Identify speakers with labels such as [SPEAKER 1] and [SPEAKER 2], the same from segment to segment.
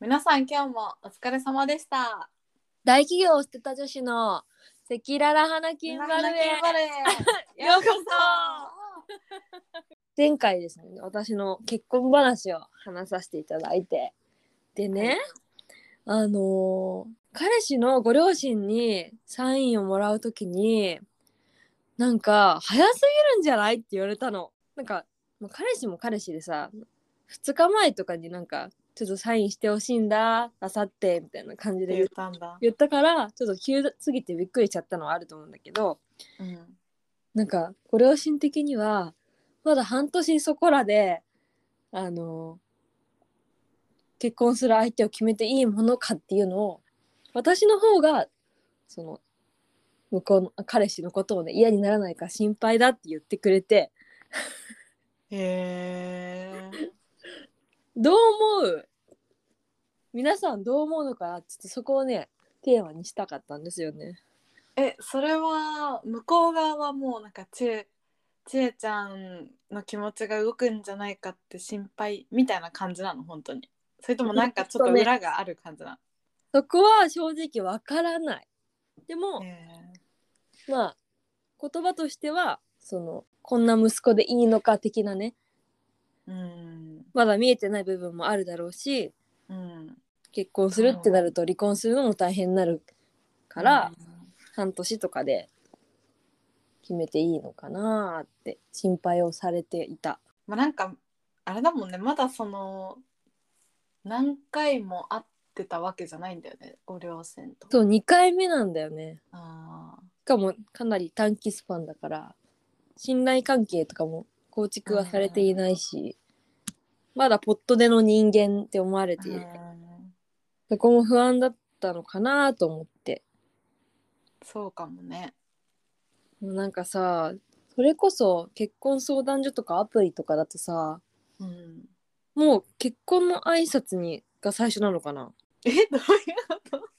[SPEAKER 1] 皆さん今日もお疲れ様でした。
[SPEAKER 2] 大企業を捨てた女子の赤裸々花金バルへ
[SPEAKER 1] へ
[SPEAKER 2] ようこ前回ですね私の結婚話を話させていただいてでね、あのー彼氏のご両親にサインをもらう時になんか早すぎるんじゃないって言われたのなんかまあ彼氏も彼氏でさ2日前とかになんかちょっとサインしてほしいんだあさってみたいな感じ
[SPEAKER 1] 言っ
[SPEAKER 2] で
[SPEAKER 1] たんだ。
[SPEAKER 2] 言ったからちょっと急すぎてびっくりしちゃったのはあると思うんだけど、
[SPEAKER 1] うん。
[SPEAKER 2] なんかご両親的にはまだ半年そこらであの結婚する相手を決めていいものかっていうのを私の方がその向こうの彼氏のことをね嫌にならないか心配だって言ってくれて
[SPEAKER 1] へえ。
[SPEAKER 2] どう思う皆さんどう思うのかなちょっとそこをねテーマにしたかったんですよね。
[SPEAKER 1] え、それは向こう側はもうなんかちえちえちゃんの気持ちが動くんじゃないかって心配みたいな感じなの本当に。それともなんかちょっと裏がある感じ な
[SPEAKER 2] そこは正直わからない。でも、
[SPEAKER 1] の。へ
[SPEAKER 2] まあ言葉としてはそのこんな息子でいいのか的なね
[SPEAKER 1] え。うん。
[SPEAKER 2] まだ見えてない部分もあるだろうし
[SPEAKER 1] うん。
[SPEAKER 2] 結婚するってなると離婚するのも大変になるから、
[SPEAKER 1] うん
[SPEAKER 2] 半年とかで決めていいのかなーって心配をされていた。
[SPEAKER 1] まあ、なんかあれだもんねまだその何回も会ってたわけじゃないんだよねご両親と。
[SPEAKER 2] そう2回目なんだよね
[SPEAKER 1] あー
[SPEAKER 2] しかもかなり短期スパンだから信頼関係とかも構築はされていないしまだポットでの人間って思われているから
[SPEAKER 1] うん
[SPEAKER 2] そこも不安だったのかなと思って
[SPEAKER 1] そうかもね。
[SPEAKER 2] もうなんかさそれこそ結婚相談所とかアプリとかだとさ
[SPEAKER 1] うん、
[SPEAKER 2] もう結婚の挨拶にが最初なのかな
[SPEAKER 1] えどういうこ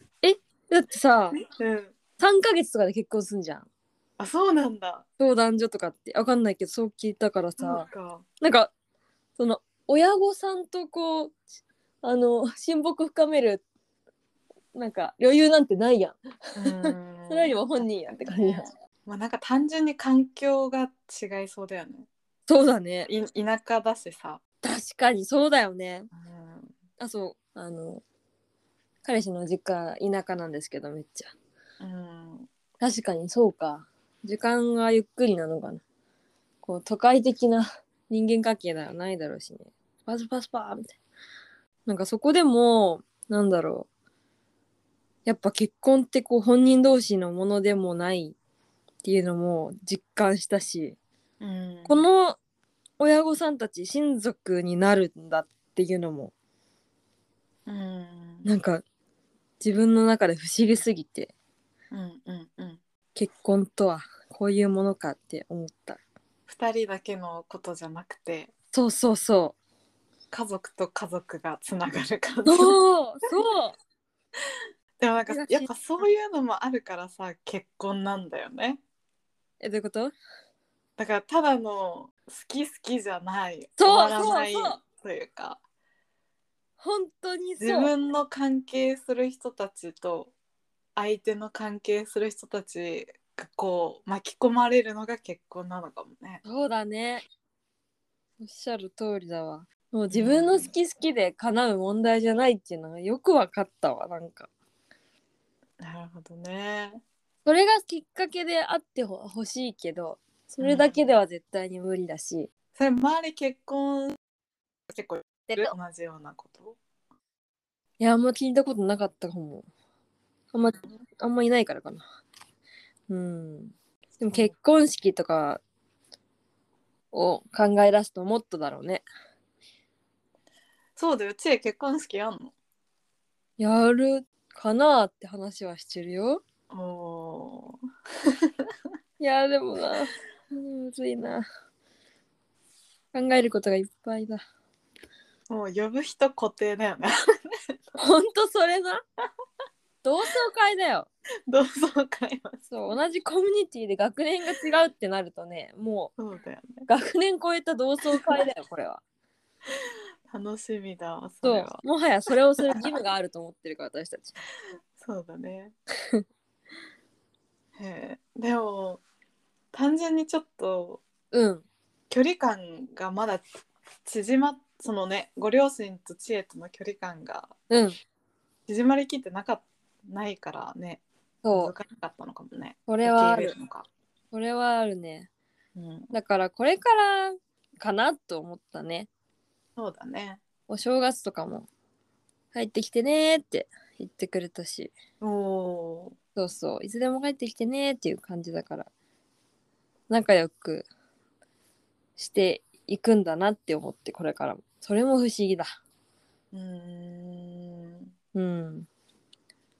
[SPEAKER 2] だってさ
[SPEAKER 1] と、うん、
[SPEAKER 2] 3ヶ月とかで結婚すんじゃん
[SPEAKER 1] あそうなんだ。
[SPEAKER 2] 相談所とかってわかんないけどそう聞いたから
[SPEAKER 1] そう
[SPEAKER 2] さ
[SPEAKER 1] か。
[SPEAKER 2] なんかその親御さんとこうあの親睦深めるなんか余裕なんてないやん
[SPEAKER 1] うん
[SPEAKER 2] それよりも本人やんって感じやん
[SPEAKER 1] まあなんか単純に環境が違いそうだよね。
[SPEAKER 2] そうだね
[SPEAKER 1] い田舎だしさ。
[SPEAKER 2] 確かにそうだよね
[SPEAKER 1] うん、
[SPEAKER 2] あそうあの彼氏の実家田舎なんですけどめっちゃ
[SPEAKER 1] うん、
[SPEAKER 2] 確かにそうか時間がゆっくりなのかなこう都会的な人間関係ではないだろうしねパスパスパーみたいななんかそこでもなんだろうやっぱ結婚ってこう本人同士のものでもないっていうのも実感したし
[SPEAKER 1] うん、
[SPEAKER 2] この親御さんたち親族になるんだっていうのも
[SPEAKER 1] うん、
[SPEAKER 2] なんか自分の中で不思議すぎて
[SPEAKER 1] うん、うん、うん。
[SPEAKER 2] 結婚とはこういうものかって思った
[SPEAKER 1] 二人だけのことじゃなくて。
[SPEAKER 2] そうそうそ
[SPEAKER 1] 家族と家族がつながる感
[SPEAKER 2] う
[SPEAKER 1] じ
[SPEAKER 2] そうそう
[SPEAKER 1] でもなんか
[SPEAKER 2] 難しい
[SPEAKER 1] やっぱそういうのもあるからさ結婚なんだよね
[SPEAKER 2] えどういうこと
[SPEAKER 1] だからただの好き好きじゃない
[SPEAKER 2] そう
[SPEAKER 1] 終わらない
[SPEAKER 2] そうそう
[SPEAKER 1] というか
[SPEAKER 2] 本当にそう
[SPEAKER 1] 自分の関係する人たちと相手の関係する人たちがこう巻き込まれるのが結婚なのかもね。
[SPEAKER 2] そうだねおっしゃる通りだわもう自分の好き好きで叶う問題じゃないっていうのがよく分かったわなんか
[SPEAKER 1] なるほどね。
[SPEAKER 2] それがきっかけであってほ欲しいけどそれだけでは絶対に無理だし、
[SPEAKER 1] それ周り結婚結構同じようなこと
[SPEAKER 2] いやあんま聞いたことなかったかもあんまあんまいないからかなうんでも結婚式とかを考え出すともっとだろうね
[SPEAKER 1] そうだようちで結婚式やんの
[SPEAKER 2] やるかなって話はしてるよ
[SPEAKER 1] おー
[SPEAKER 2] いやでもなうんむずいな考えることがいっぱいだ
[SPEAKER 1] もう呼ぶ人固定だよね
[SPEAKER 2] ほんとそれな同窓会だよ
[SPEAKER 1] 同窓会は
[SPEAKER 2] そう同じコミュニティで学年が違うってなるとねも
[SPEAKER 1] そうだよね
[SPEAKER 2] う学年超えた同窓会だよこれは
[SPEAKER 1] 楽しみだそれ
[SPEAKER 2] そう
[SPEAKER 1] は
[SPEAKER 2] もはやそれをする義務があると思ってるから私たち
[SPEAKER 1] そうだね へえでも単純にちょっと
[SPEAKER 2] うん
[SPEAKER 1] 距離感がまだ縮まっそのねご両親と知恵との距離感が
[SPEAKER 2] うん
[SPEAKER 1] 縮まりきってなかっないからね
[SPEAKER 2] そう
[SPEAKER 1] 難しかったのかもね
[SPEAKER 2] これはあ
[SPEAKER 1] 受け入
[SPEAKER 2] る
[SPEAKER 1] れのか
[SPEAKER 2] これはあるね
[SPEAKER 1] うん、
[SPEAKER 2] だからこれからかなと思ったね
[SPEAKER 1] そうだね
[SPEAKER 2] お正月とかも帰ってきてねーって言ってくれたし
[SPEAKER 1] おお
[SPEAKER 2] そうそういつでも帰ってきてねーっていう感じだから仲良くしていくんだなって思ってこれからもそれも不思議だ
[SPEAKER 1] ーうーん
[SPEAKER 2] うん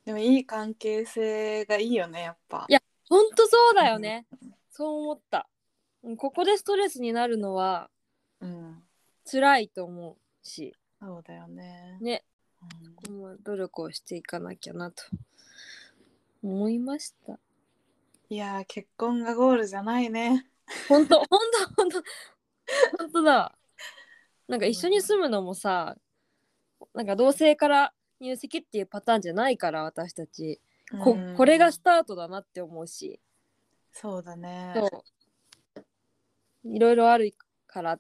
[SPEAKER 1] でもいい関係性がいいよねやっぱ
[SPEAKER 2] いやほんとそうだよね、そう思ったうんここでストレスになるのは
[SPEAKER 1] うん
[SPEAKER 2] 辛いと思うし
[SPEAKER 1] そうだよね
[SPEAKER 2] ね
[SPEAKER 1] うん
[SPEAKER 2] ここも努力をしていかなきゃなと思いました
[SPEAKER 1] いやー結婚がゴールじゃないね
[SPEAKER 2] ほんとほんとほんとほんとだわなんか一緒に住むのもさなんか同性から入籍っていうパターンじゃないから私たちこ
[SPEAKER 1] うん
[SPEAKER 2] これがスタートだなって思うし
[SPEAKER 1] そうだね
[SPEAKER 2] そういろいろあるから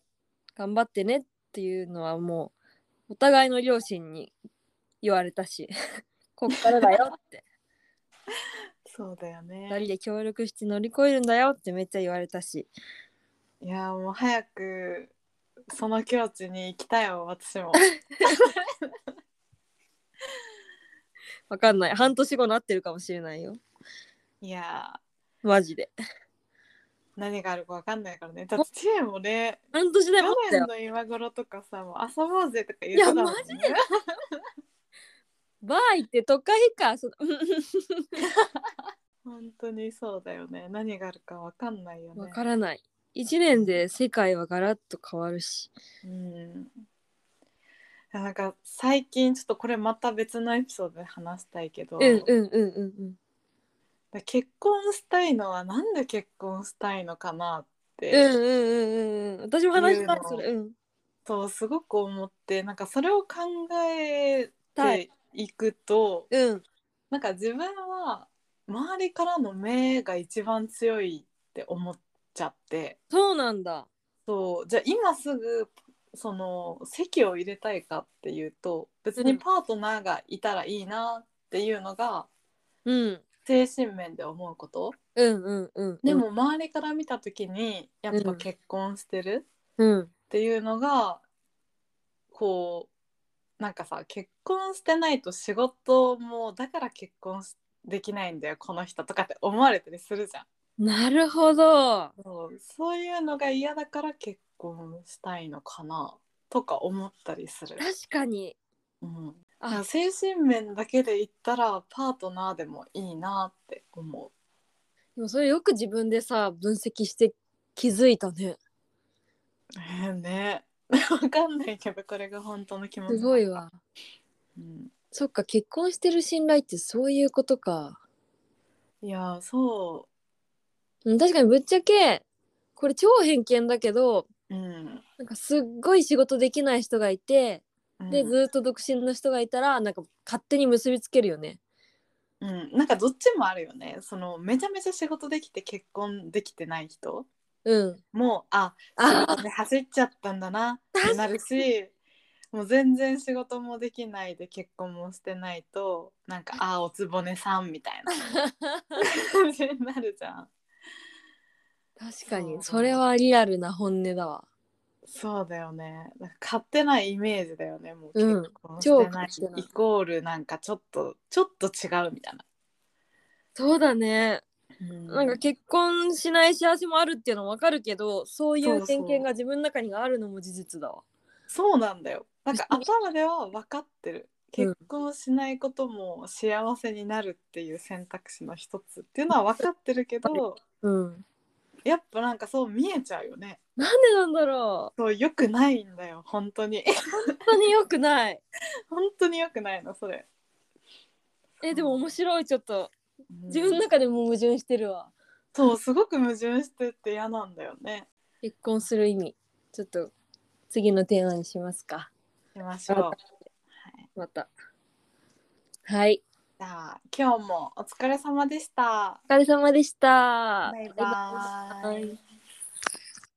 [SPEAKER 2] 頑張ってねっていうのはもうお互いの両親に言われた しこっからだよって
[SPEAKER 1] そうだよね
[SPEAKER 2] 2人で協力して乗り越えるんだよってめっちゃ言われたし
[SPEAKER 1] いやーもう早くその境地に行きたいよ私 も
[SPEAKER 2] わかんない半年後なってるかもしれないよ
[SPEAKER 1] いや
[SPEAKER 2] マジで
[SPEAKER 1] ー何があるかわかんないからねだって知恵もね
[SPEAKER 2] 半年で
[SPEAKER 1] 去
[SPEAKER 2] もった
[SPEAKER 1] 年
[SPEAKER 2] よ
[SPEAKER 1] の今頃とかさもう遊ぼうぜとか言ってたもんね
[SPEAKER 2] いやマジでバー行って都会かそのうん
[SPEAKER 1] 本当にそうだよね何があるかわかんないよ
[SPEAKER 2] うんわ
[SPEAKER 1] ね
[SPEAKER 2] からない1年で世界はガラッと変わるし
[SPEAKER 1] うんいやなんか最近ちょっとこれまた別のエピソードで話したいけど、
[SPEAKER 2] うんうんうんうんうん
[SPEAKER 1] 結婚したいのはなんで結婚したいのかなって、
[SPEAKER 2] うんうんうんうん私も話したいそれうん
[SPEAKER 1] とすごく思ってなんかそれを考えていくと、
[SPEAKER 2] うん
[SPEAKER 1] なんか自分は周りからの目が一番強いって思っちゃって
[SPEAKER 2] そうなんだ
[SPEAKER 1] そうじゃあ今すぐその籍を入れたいかっていうと別にパートナーがいたらいいなっていうのが
[SPEAKER 2] うん
[SPEAKER 1] 精神面で思うこと
[SPEAKER 2] うんうんうん
[SPEAKER 1] でも周りから見た時にやっぱ結婚してる、
[SPEAKER 2] うん
[SPEAKER 1] っていうのがこうなんかさ結婚してないと仕事もだから結婚しできないんだよこの人とかって思われたりするじゃん
[SPEAKER 2] なるほど
[SPEAKER 1] そうそういうのが嫌だから結婚したいのかなとか思ったりする、
[SPEAKER 2] 確かに
[SPEAKER 1] うん、だから
[SPEAKER 2] あ
[SPEAKER 1] 精神面だけで言ったらパートナーでもいいなって思
[SPEAKER 2] でもそれよく自分でさ分析して気づいたね
[SPEAKER 1] うね わかんないけどこれが本当の気持ち
[SPEAKER 2] すごい、わ
[SPEAKER 1] うん、
[SPEAKER 2] そっか結婚してる信頼ってそういうことか
[SPEAKER 1] いやそ
[SPEAKER 2] うん確かにぶっちゃけこれ超偏見だけど
[SPEAKER 1] ううん、
[SPEAKER 2] なんかすっごい仕事できない人がいて
[SPEAKER 1] うん
[SPEAKER 2] でずっと独身の人がいたらなんか勝手に結びつけるよね
[SPEAKER 1] うん、なんかどっちもあるよねそのめちゃめちゃ仕事できて結婚できてない人
[SPEAKER 2] うん
[SPEAKER 1] もあ仕
[SPEAKER 2] あ
[SPEAKER 1] 事で走っちゃったんだなってなるしもう全然仕事もできないで結婚もしてないとなん かあおつぼねさんみたいな感じになるじゃん
[SPEAKER 2] 確か
[SPEAKER 1] そう
[SPEAKER 2] にそれはリアルな本音だわ
[SPEAKER 1] そうだよねなんか勝手なイメージだよねもう
[SPEAKER 2] うん
[SPEAKER 1] 結婚してない,、
[SPEAKER 2] 超勝手な
[SPEAKER 1] イコールなんかちょっとちょっと違うみたいな、
[SPEAKER 2] そうだね
[SPEAKER 1] うん
[SPEAKER 2] なんか結婚しない幸せもあるっていうのもわかるけどそうい
[SPEAKER 1] そう
[SPEAKER 2] う
[SPEAKER 1] そう
[SPEAKER 2] 偏見が自分の中にあるのも事実だわ
[SPEAKER 1] そうなんだよ。なんか頭では分かってる。
[SPEAKER 2] うん
[SPEAKER 1] 結婚しないことも幸せになるっていう選択肢の一つっていうのは分かってるけど、
[SPEAKER 2] うん
[SPEAKER 1] やっぱなんかそう見えちゃうよね。
[SPEAKER 2] なんでなんだろ
[SPEAKER 1] そう良くないんだよ、本当に。
[SPEAKER 2] う本当に良くない
[SPEAKER 1] 本当に良くないの、それ。
[SPEAKER 2] えでも面白いちょっと
[SPEAKER 1] うん
[SPEAKER 2] 自分の中でも矛盾してるわ
[SPEAKER 1] そう、すごく矛盾してて嫌なんだよね。
[SPEAKER 2] 結婚する意味ちょっと次のテーマにしますか
[SPEAKER 1] きましょう。はい、
[SPEAKER 2] また。はい。
[SPEAKER 1] じゃあ今日もお疲れ様でした。
[SPEAKER 2] お疲れ様でした。
[SPEAKER 1] バイバイ
[SPEAKER 2] バイバイ